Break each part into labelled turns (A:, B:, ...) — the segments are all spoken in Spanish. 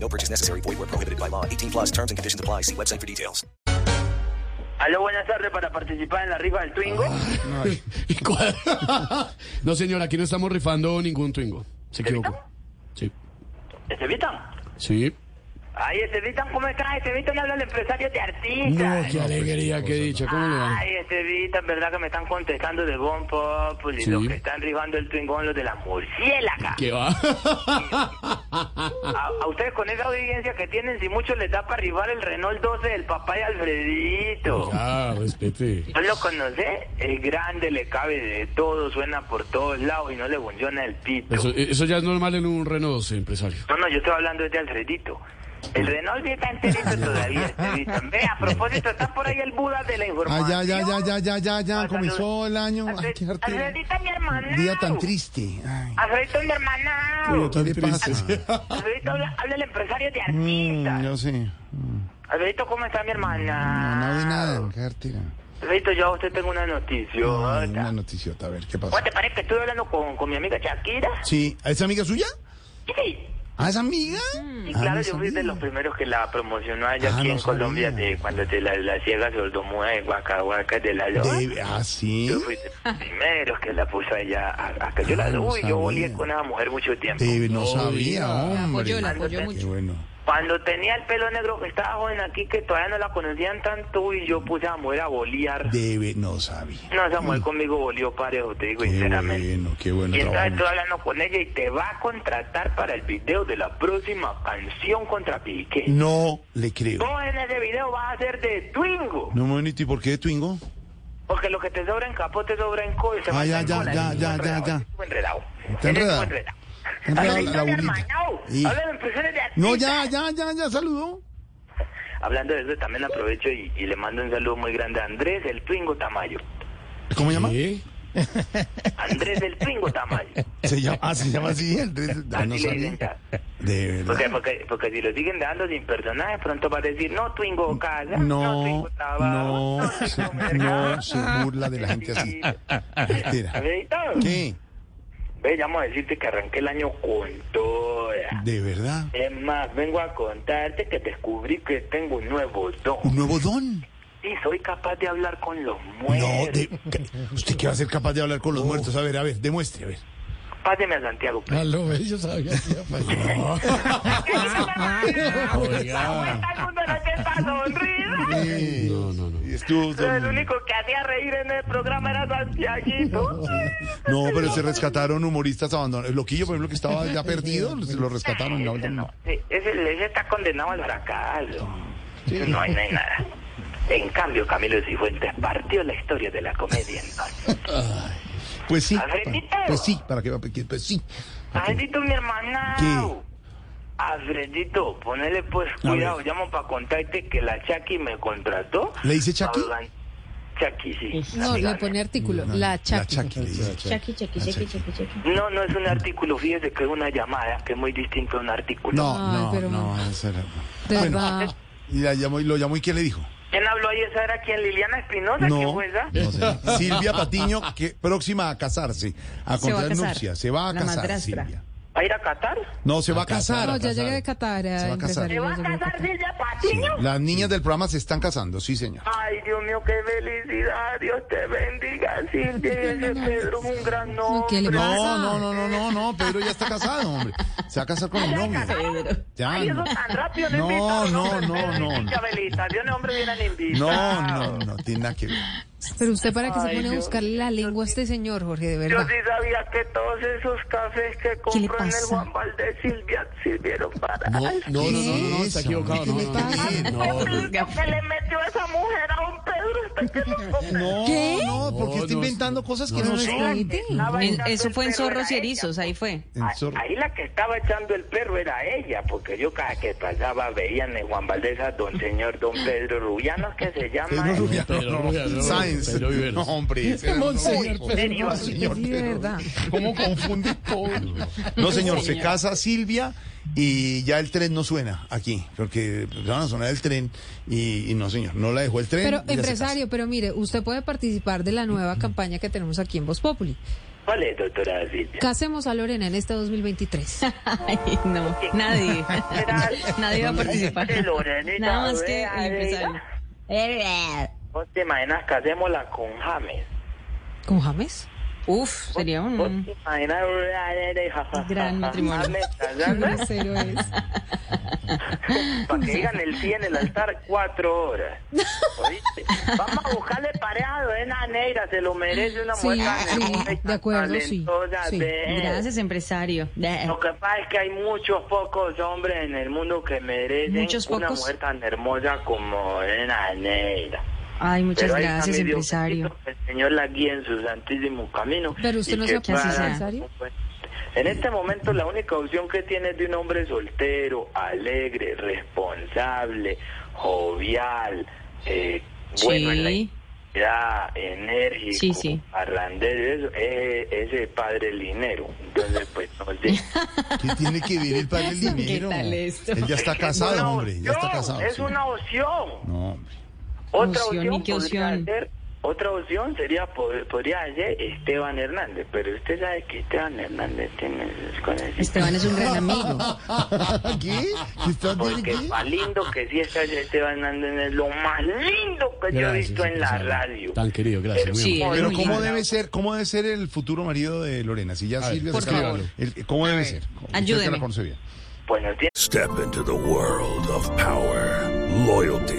A: No purchase necessary. Void where prohibited by law. 18 plus terms and conditions apply. See website for details.
B: Aló, buenas tardes para participar en la rifa del Twingo.
C: ¿Y cuál? no, señor, aquí no estamos rifando ningún Twingo. Se equivocó. Sí.
B: ¿Estevitan?
C: Sí.
B: Ay, Estevitan, ¿cómo estás? Estevitan habla el empresario de
C: No,
B: artistas.
C: qué alegría, qué dicha. ¿Cómo le va?
B: Ay, Estevitan, ¿verdad que me están contestando de Bon Populi?
C: Sí.
B: Los que están rifando el Twingo los de la murciélaga.
C: ¿Qué va?
B: A, a ustedes con esa audiencia que tienen, si mucho les da para rifar el Renault 12 del papá de Alfredito.
C: ah, respete.
B: No lo conoce, es grande, le cabe de todo, suena por todos lados y no le funciona el pito.
C: Eso, eso ya es normal en un Renault, sí, empresario.
B: No, no, yo estoy hablando de Alfredito. El Renault sí está enterito todavía, Estevita. Ve, a propósito, está por ahí el Buda de la
D: Ah,
B: información.
D: ya, ya, ya, ya, ya, ya, ya, comenzó el año. Ay, qué
B: Alfred-
D: arte.
B: Alfredito, mi hermano.
D: Día tan triste. Ay,
B: Alfredito, mi hermano.
D: ¿Qué le pasa?
B: Alfredito, habla, habla el empresario de
D: Mm,
B: artistas.
D: yo sé.
B: Alfredito, ¿cómo está mi hermana?
D: No de nada, qué arte.
B: Alfredito, Ah. yo a usted tengo una
D: Ay, Una
B: noticia.
D: noticiota, a ver, ¿qué
B: ¿Cómo
D: pasa?
B: te parece que estuve hablando con, con mi amiga Shakira?
D: Sí, ¿a esa amiga suya?
B: Sí.
D: ¿A esa amiga?
B: Sí,
D: Ah,
B: claro,
D: no
B: yo fui
D: sabía.
B: de los primeros que la promocionó allá
D: Ah,
B: aquí
D: no
B: en Colombia,
D: sabía.
B: de cuando te la, la ciega sordomuda de Guacahuaca de la Loa.
D: De- ah, sí.
B: Yo fui de los primeros que la puso allá. a- a que yo la
D: Ah, no
B: uy, yo volé
D: sabía.
B: con esa mujer mucho tiempo.
D: De- no sabía,
C: La
D: hombre.
E: la apoyó
D: Qué bueno.
B: Cuando tenía el pelo negro que estaba joven aquí, que todavía no la conocían tanto, y yo puse a la mujer a bolear.
D: Debe, no sabía.
B: No, esa mujer conmigo volvió parejo, te digo
D: Mm. Qué
B: sinceramente.
D: bueno, qué bueno
B: Y entonces
D: trabajo.
B: estoy hablando con ella y te va a contratar para el video de la próxima canción contra Piqué.
D: No le creo.
B: Vos en ese video vas a hacer de Twingo.
D: No, monito, ¿y por qué de Twingo?
B: Porque lo que te sobra en capó te sobra en codo. y se
D: Ah,
B: manda
D: ya,
B: en
D: ya,
B: cola,
D: ya,
B: en el tipo
D: ya, ya,
B: enredado,
D: ya.
B: en el tipo enredado.
D: Está
B: En el tipo
D: enredado.
B: enredado.
D: Está enredado
B: Hablando
D: la
B: de
D: bolita.
B: hermanao,
D: Y-
B: habla de impresiones pues, de
D: No,
B: artista.
D: ya, ya, ya, ya, saludó.
B: Hablando de eso, también aprovecho y, y le mando un saludo muy grande a Andrés el Twingo Tamayo.
D: ¿Cómo se llama?
C: ¿Qué?
B: Andrés el Twingo Tamayo.
D: Se llama, ah, se llama así, Andrés. Ah, no
B: Así le dicen
D: sabía.
B: ya.
D: De
B: Porque,
D: verdad.
B: porque, porque si lo siguen dejando sin personaje, pronto va a decir, no, Twingo Casa, pues, no
D: No,
B: Twingo Trabajo,
D: no,
B: no Twingo Mercado.
D: no se burla de la gente así. Mentira.
B: Andreito,
D: ¿Qué?
B: Ve, ya vamos a decirte que arranqué el año con toda.
D: ¿De verdad?
B: Es más, vengo a contarte que descubrí que tengo un nuevo
D: ¿Un
B: don.
D: nuevo don?
B: Y soy capaz de hablar con los
D: No,
B: muertos.
D: de, ¿qué? ¿usted qué va a ser capaz de hablar con los muertos? A ver, a ver, demuestre, a ver.
B: Páseme a Santiago. pues.
C: Aló, eh, yo sabía que iba a fallar.
B: ¿Cómo está el mundo de esta sonrisa?
C: No, no, no.
D: Y estuvo-
B: El único que hacía reír en el programa era Santiaguito.
D: No, pero se rescataron humoristas abandonados. El loquillo, por ejemplo, que estaba ya perdido, se lo rescataron. No,
B: Ese,
D: no.
B: no, ese, ese está condenado al fracaso. No, hay- no hay nada. En cambio, Camilo Cifuentes partió la historia de la comedia entonces.
D: Pues sí,
B: Alfredito.
D: pues sí, para que pues sí.
B: Alfredito, mi hermana.
D: ¿Qué?
B: Alfredito, ponele pues
D: A
B: cuidado.
D: ver.
B: Llamo para contarte que la Chucky me contrató.
D: ¿Le dice Chucky?
B: Hablan- Chucky, sí.
E: No,
B: amiga
E: le pone
B: mía.
E: artículo.
D: No,
E: la
D: La
E: Chucky.
D: Chucky, le dice.
F: Chequi, chequi, chequi, chequi, chequi.
B: No, no es un artículo. Fíjese que es una llamada, que es muy distinto a un artículo.
D: No,
E: Ay,
D: no,
E: pero
D: no,
E: no.
D: esa era-
E: De
D: Bueno, ah,
E: verdad.
D: y la llamó, y lo llamó y ¿qué le dijo?
B: ¿Quién habló ahí? ¿Esa era quién? ¿Liliana Espinosa? ¿Quién
D: No,
B: fue esa?
D: no sé. Silvia Patiño, que próxima a casarse, a
E: Se va a
D: contraer
E: casar.
D: nupcias, se va a
E: La
D: casar,
E: madrastra.
D: Silvia.
B: ¿Va a ir a Qatar?
D: No, se va a casar.
E: No, ya llegué de Qatar. eh,
D: Se va a casar.
E: empresario,
B: ¿Se va
E: ya
B: a
E: llegué de
B: casar
E: Qatar.
B: Silvia Patiño?
D: Las niñas del programa se están casando, sí, señor.
B: Ay, Dios mío, qué felicidad. Dios te bendiga, Silvia. Ese Pedro es un gran
E: No,
B: nombre.
E: ¿qué le pasa?
D: No, no, no, no, no, no, Pedro ya está casado, hombre. Se va a casar con el novio. Ya,
B: Ay, eso
D: no.
B: tan rápido.
D: No,
B: invitaron,
D: no,
B: hombre,
D: no,
B: Pedro
D: no,
B: y
D: no.
B: Silvia Belita. Dios, no, hombre, vienen invitados.
D: No, no, no, tiene nada que ver.
E: Pero usted para que se
B: Ay,
E: pone a
B: Dios.
E: buscarle la lengua a este señor, Jorge, de
B: Yo
E: verdad.
B: sí sabía que todos esos cafés que
E: le
B: compró en el
E: pasa?
B: Juan Valdez Silvia sirvieron para.
C: No, no, no, no, no, está equivocado. No, no, no,
B: Ay,
C: no, no.
B: que le metió esa mujer a un Pedro. Pedro está que no.
G: No,
E: ¿Qué?
G: no, porque
C: No,
G: está
C: no,
G: inventando cosas que
C: no,
G: no,
C: no,
G: son.
B: Estaba
H: En-
B: echando
H: eso
B: el
H: fue en
B: perro era
H: Zorros y
B: ella.
H: Erizos, ahí fue.
B: Ah,
G: En zorro.
B: Ahí la que estaba echando el perro era ella, porque yo cada que pasaba veían en Juan Valdés a don señor don Pedro Rubiano, que se llama...
D: Pedro Rubiano,
C: Pedro
D: no,
C: Rubiano, no,
D: Sainz.
C: Pedro Viveros.
D: No, hombre. ese era-
G: Monseñor
D: no,
G: Pedro
D: señor,
E: Sí,
D: señor
E: de
D: Pedro.
E: verdad.
G: ¿Cómo confunde todo?
D: No, señor, se casa Silvia y ya el tren no suena aquí, porque empezaron a sonar el tren y, y no, señor, no la dejó el tren.
E: Pero,
D: y ya se
E: empresario, pero mire, usted puede participar de la nueva campaña que tenemos aquí en Voz Populi.
B: ¿Cuál es, doctora Silvia?
E: Casemos a Lorena en este 2023.
H: Ay, no, nadie. nadie va a participar.
B: Sí, Lorenita,
H: Nada más que
B: vea,
H: el empresario.
B: Vos te imaginas casémosla con James.
E: ¿Con James?
H: Uf, sería
B: Vos
H: un...
B: te imaginas...
H: Gran matrimonio.
B: James
E: Qué
B: casándola,
E: grosero es.
B: Para que digan el sí en el altar cuatro horas. ¿Oíste? Vamos a buscarle pareado de Neira, se lo merece una
E: Sí, ah,
B: mujer tan
E: sí,
B: hermosa y
E: de
B: tan
E: acuerdo, sí,
B: talentosa
E: sí.
B: de él.
H: Gracias, empresario.
B: Lo que pasa es que hay muchos pocos hombres en el mundo que merecen
H: ¿Muchos
B: una
H: pocos?
B: mujer tan hermosa como eh, Elena Neira.
H: Ay, muchas
B: Pero ahí
H: gracias,
B: también Dios
H: empresario.
B: bendito, que el Señor la guía en su santísimo camino.
E: Pero usted
B: y
E: no
B: que
E: se apunta,
B: pueda-
E: empresario.
B: En este momento la única opción que tiene de un hombre soltero, alegre, responsable, jovial, eh,
H: Sí.
B: bueno en la intimidad, enérgico,
H: Sí, sí.
B: parrandero, eso, eh, es el padre Linero. Entonces, pues, no sé.
D: casa. ¿Qué tiene que ver el padre
H: ¿Qué
D: Linero?
H: tal esto?
D: Él ya está
B: Es una
D: casado, hombre. Ya está
B: opción,
D: casado.
B: Es
D: sí.
B: una opción.
D: No, hombre.
B: Otra
H: Opción,
B: opción,
H: ¿y qué
B: podría
H: opción?
B: ser- otra opción sería pod- podría ser Esteban Hernández, pero usted sabe que Esteban Hernández tiene sus cosas.
H: Esteban es un gran amigo.
D: ¿Qué? ¿Qué está tiene
B: Porque
D: qué?
B: más lindo que sí está Esteban Hernández es lo más lindo que yo he
C: Gracias,
B: visto en la
C: empresario.
B: radio.
C: Tan querido, gracias. muy
H: Sí,
C: amable.
D: Pero
H: Muy
D: ¿cómo
H: lindo.
D: debe ser, cómo debe ser el futuro marido de Lorena? Si ya
C: A ver,
D: Silvia
C: por
D: se casó,
C: favor.
D: el- ¿Cómo debe ser? Usted que
H: ayúdeme.
D: la conoce bien.
B: Bueno, tiene
I: Step into the world of power, loyalty,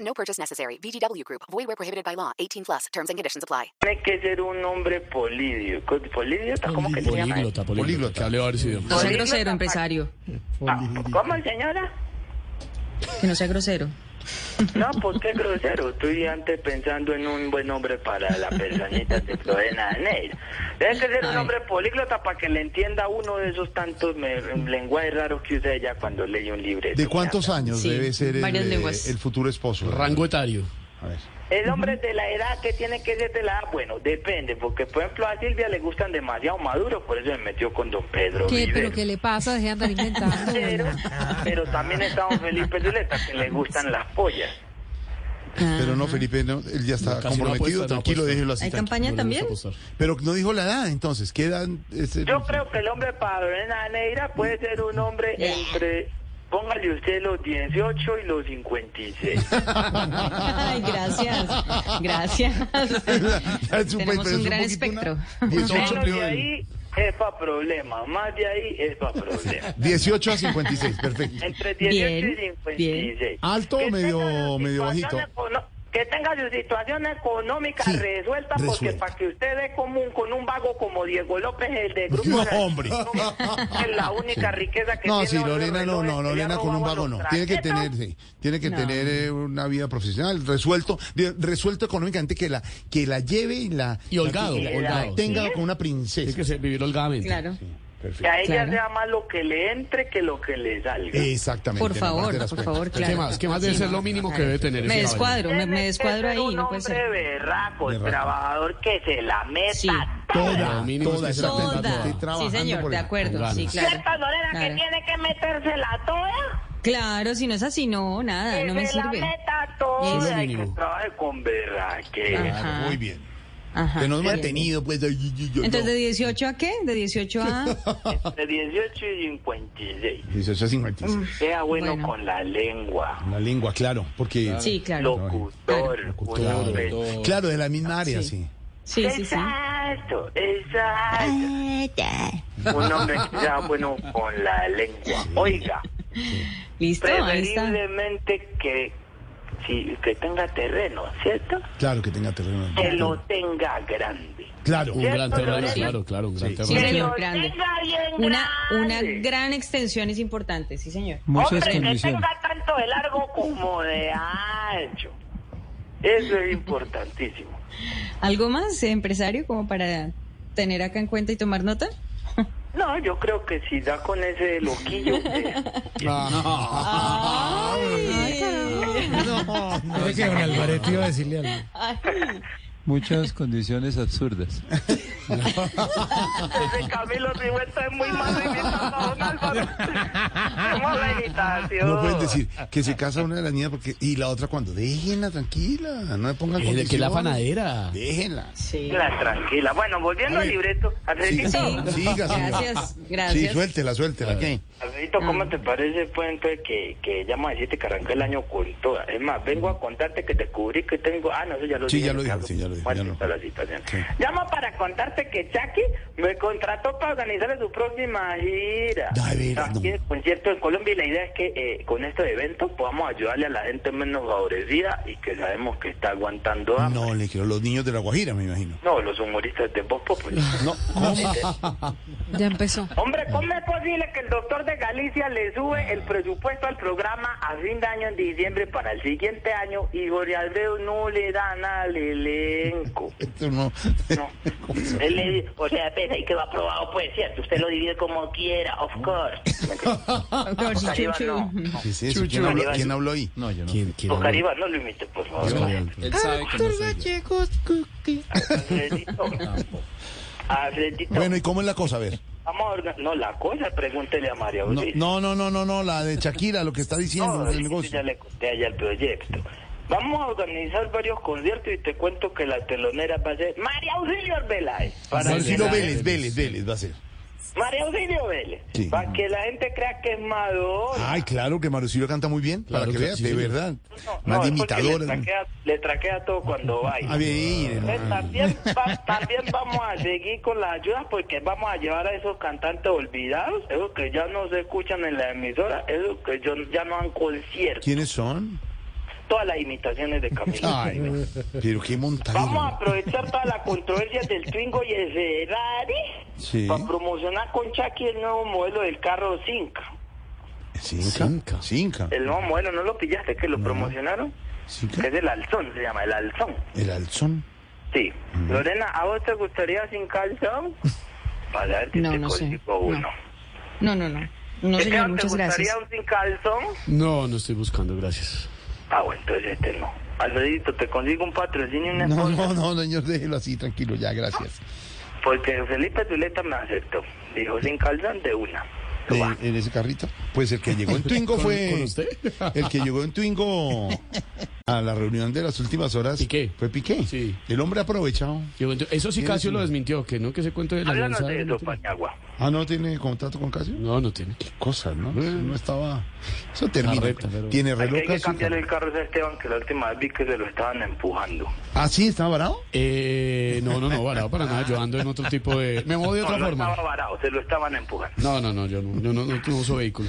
J: No purchase necessary. VGW Group. Void where prohibited by law. 18 plus. Terms and conditions apply.
B: que ser un hombre polídico. ¿Polídiota? ¿Cómo que se llama?
C: Políglota, políglota.
D: Políglota.
C: Que hable varios idiomas.
H: No sea
B: Políglota,
H: grosero,
B: pa-
H: empresario.
B: Ah, ¿Cómo, señora?
H: Que no sea grosero.
B: No, pues qué grosero. Estoy antes pensando en un buen hombre para la personita de Lorena Neira. Debe que ser un
H: Ay.
B: hombre políglota para que le entienda uno de esos tantos me- lenguajes raros que usa ella cuando lee un libreto.
D: ¿De cuántos años
H: Sí,
D: debe ser el,
H: varias
D: eh,
H: lenguas.
D: el futuro esposo?
C: Rango etario.
D: A ver.
B: El hombre de la edad que tiene que ser de la edad, bueno, depende, porque por ejemplo a Silvia le gustan demasiado maduros, por eso me metió con don Pedro.
E: ¿Qué? ¿Pero
B: Viveros.
E: qué le pasa? Deje de andar inventando.
B: Pero, pero también está don Felipe Zuleta, que le gustan las pollas.
D: Pero no, Felipe, no, él ya está
C: No, casi no
D: comprometido,
C: apuesta, no
D: tranquilo,
C: apuesta.
D: déjelo así.
H: Ah. ¿Hay
D: tranquilo.
H: campaña
C: No le
H: también?
C: gusta apostar.
D: Pero no dijo la edad, entonces, ¿qué edad? es el-
B: Yo creo que el hombre para Lorena Neira puede ser un hombre entre, póngale usted los 18 y los 56.
H: Ay, gracias. Gracias.
D: Ya es un-
H: Tenemos
D: pero es
H: un gran
D: poquito una-
H: espectro.
D: 18,
B: Menos de
D: primero.
B: ahí es para problema, más de ahí es para problema.
D: 18 a 56, perfecto.
B: Entre 18 y
H: Bien,
B: 56.
D: ¿Alto o
B: Que
D: medio-
B: tenga su
D: medio
B: situación
D: bajito?
B: econo- Que tenga su situación económica
D: Sí,
B: resuelta, porque
D: resuelta.
B: para que usted dé común con un vago como Diego López, el de Grupo
D: No,
B: Nacional,
D: hombre.
B: es la única riqueza que
D: No,
B: tiene.
D: sí,
B: los
D: Lorena no,
B: relojes que le
D: no,
B: ha
D: Lorena con un
B: robado a
D: vago no.
B: los
D: Tiene que
B: traquetos.
D: tener, sí, tiene que
H: No.
D: tener eh, una vida profesional, resuelto, de- resuelto económicamente, que la, que la lleve y la,
C: Y holgado,
D: la- la
C: holgado,
D: tenga
C: sí.
D: como una
C: Tiene
D: princesa.
C: que ser- vivir holgadamente.
H: Claro.
B: Que a ella
H: Claro.
B: sea más lo que le entre que lo que le salga.
D: Exactamente.
H: Por
D: en la parte de
H: favor,
D: las
H: por
D: cuentas.
H: favor,
C: ¿Qué
H: claro.
C: más? ¿Qué más debe
H: Sí,
C: ser
H: no,
C: lo
H: no,
C: mínimo
H: no,
C: que
H: no.
C: debe tener? ese
H: Me
C: caballero?
H: descuadro, me, me
B: Tiene que
H: descuadro
B: ser
H: ahí,
B: Un
H: no puede
B: hombre
H: ser.
B: berraco,
D: Berraco.
B: trabajador que se la meta.
H: Sí.
C: Lo
D: Toda,
C: mínimo
D: toda,
C: es que se
D: exactamente,
C: atenta a
D: esté
H: Toda.
C: todo.
H: Sí,
D: trabajando
H: señor,
D: por
H: de
D: ella.
H: acuerdo,
C: ganas.
H: sí, claro.
B: ¿Cierto, Lorena, que
H: Claro.
B: tiene que metérsela toda?
H: Claro, si no es así, no, nada,
B: que
H: no me
B: se la
H: sirve.
B: meta
C: Sí, lo
B: toda y que
C: mínimo.
B: trabaje con berraquera.
H: Ajá.
D: Muy bien.
H: Ajá.
D: Que no es mantenido, pues. ay, ay, ay, ay,
H: Entonces,
D: no.
H: ¿de 18 a qué? ¿De 18 a...?
B: Entre 18 y 56.
D: 18 a 56.
B: Sea bueno,
H: Bueno.
B: con la lengua.
D: La lengua, claro, porque...
H: Sí, claro.
B: Locutor,
D: Claro,
B: una vez.
D: claro, de la misma área, sí.
H: Sí, sí, sí.
B: Exacto, exacto. Un hombre que sea bueno con la lengua. Oiga,
H: Listo, ahí está.
B: preferiblemente que, sí, que tenga terreno, ¿cierto?
D: Claro que tenga terreno.
B: Que lo tenga grande.
D: Claro.
C: Un gran terreno,
B: Sí.
C: claro, claro, un gran
D: Sí.
C: terreno.
H: Sí,
B: Que lo
H: señor, grande.
B: tenga bien
H: Una, una
B: grande.
H: gran extensión es importante, sí, señor.
K: Muchas
B: Hombre, que
K: condiciones.
B: tenga tanto de largo como de ancho. Eso es importantísimo.
H: ¿Algo más, eh, empresario, como para tener acá en cuenta y tomar nota?
B: No, yo creo que si da con ese loquillo, eh,
K: No, no.
G: Creo que don Alvaretti iba a decirle algo.
K: Muchas condiciones absurdas.
B: ese Camilo Rivuelta es muy malo imitando a don Álvaro. ¿Cómo la imitación?
D: No pueden decir que se casa una de las niñas porque y la otra cuando déjenla tranquila, no le pongan
C: Déjenle, que Eh, es la
D: condiciones.
C: panadera.
D: Déjenla.
H: Sí.
B: La tranquila. Bueno, volviendo
D: A
B: al
D: ver.
B: libreto. Alfredito,
D: Siga, señor.
H: Gracias,
D: Sí,
H: gracias.
D: suéltela, suéltela, ¿qué?
B: Alfredito,
D: Ah.
B: ¿cómo te parece pues entonces que, que llamo a decirte que arrancó el año con toda? Es más, vengo a contarte que descubrí que tengo... Ah, no, eso ya lo
D: Sí,
B: dije.
D: ya lo dijo,
B: Ricardo.
D: sí, ya lo dijo,
B: Bueno,
D: ya lo-
B: está la situación.
D: Sí.
B: Llamo para contarte que Chucky me contrató para organizar su próxima gira.
D: Da, de veras,
B: Aquí
D: no.
B: es concierto en Colombia y la idea es que eh, con estos eventos podamos ayudarle a la gente menos favorecida y que sabemos que está aguantando hambre.
D: No, le quiero los niños de la Guajira, me imagino.
B: No, los humoristas de Voz Populi.
D: No, ¿cómo?
E: Ya empezó.
B: Hombre, ¿cómo es posible que el doctor de Galicia le sube el presupuesto al programa a fin de año en diciembre para el siguiente año y Jorge Alfredo no le dan al elenco?
D: Esto no.
B: No. Él le dice, o sea, pesa y que va aprobado, pues, ¿cierto? Usted lo divide como quiera, of course.
H: Of course,
B: Cariba,
H: chuchu.
B: no.
D: ¿Qué es eso? ¿Quién habló, quién habló ahí?
K: No, yo no.
C: ¿Quién- quién habló?
B: Cariba, no lo imite, por favor.
K: Él sabe
H: Ah,
K: que no soy yo.
B: Alfredito. Alfredito.
D: Bueno, ¿y cómo es la cosa? A ver.
B: Vamos a orga- No, la cosa, pregúntele a María
D: No,
B: Auxilio.
D: no, no, no, no, no, la de Shakira, lo que está diciendo
B: No,
D: del
B: yo
D: negocio.
B: ya le conté allá el proyecto. Vamos a organizar varios conciertos y te cuento que la telonera va a ser María Auxilio Arbeláez. Para
D: Bueno,
B: que
D: si no,
B: la-
D: Vélez, Vélez, Vélez va a ser.
B: María Auxilio Vélez.
D: Sí.
B: Para que la gente crea que es Madonna.
D: Ay, claro que Marucilio canta muy bien,
C: Claro
D: para que
C: que
D: veas,
C: sí,
D: de
C: señor.
D: verdad.
B: No,
D: Más
B: es porque
D: imitador.
B: Le traquea, le traquea todo cuando baila.
D: A ver,
B: Entonces,
D: hermano.
B: también, va- también vamos a seguir con las ayudas porque vamos a llevar a esos cantantes olvidados, esos que ya no se escuchan en la emisora, esos que yo- ya no han concierto.
D: ¿Quiénes son?
B: Todas las imitaciones de Camilo.
D: Ay, no. pero qué montaña.
B: Vamos a aprovechar toda la controversia del Twingo y el Ferrari
D: Sí.
B: para promocionar con Chucky el nuevo modelo del carro Cinca.
D: Cinca. Cinca.
B: El nuevo modelo, ¿no lo pillaste? ¿Que lo promocionaron? Que
D: Cinca.
B: es el Alzón, se llama, el Alzón.
D: El alzón.
B: Sí. Lorena, ¿a vos te gustaría sin calzón? Para ver si
H: No,
B: te
H: no sé.
B: consigo
H: No.
B: uno.
H: No, no, no. No,
B: Esteban,
H: señor,
B: ¿te
H: muchas
B: gustaría
H: gracias.
B: un sin calzón?
C: No, no estoy buscando, gracias.
B: Ah, bueno, entonces este no. Alfredito, te consigo un patrocinio y una
D: No,
B: sponsor,
D: no, no, señor, déjelo así, tranquilo, ya, gracias.
B: Porque Felipe Zuleta me aceptó. Dijo sin calzón de una.
D: Eh, en ese carrito. Pues el que llegó en Twingo
C: ¿Con-
D: fue.
C: con usted?
D: El que llegó en Twingo a la reunión de las últimas horas.
C: Piqué.
D: Fue Piqué.
C: Sí.
D: El hombre aprovechado.
C: Yo ent- Eso sí, Casio lo desmintió, que no, que se cuento de la
B: Háblanos
C: alianza.
B: de
C: no
B: eso,
C: tiene-
B: Pañagua.
D: Ah, no tiene contrato con Casio.
C: No, no tiene.
D: Cosas, ¿no? Eso no estaba. Eso termina.
C: Carreta, Eh. pero-
D: Tiene
B: Hay que,
D: reloj.
B: hay que
D: Casio.
B: cambiarle el carro a ese Esteban, que la última vez vi que se lo estaban empujando.
D: Ah, sí, estaba varado.
C: Eh, no, no, no, varado para nada. Yo ando en otro tipo de. Me muevo de
B: No,
C: otra
B: no
C: forma.
B: estaba varado, se lo estaban empujando.
C: No, no, no, yo no, yo no, no, no uso vehículo.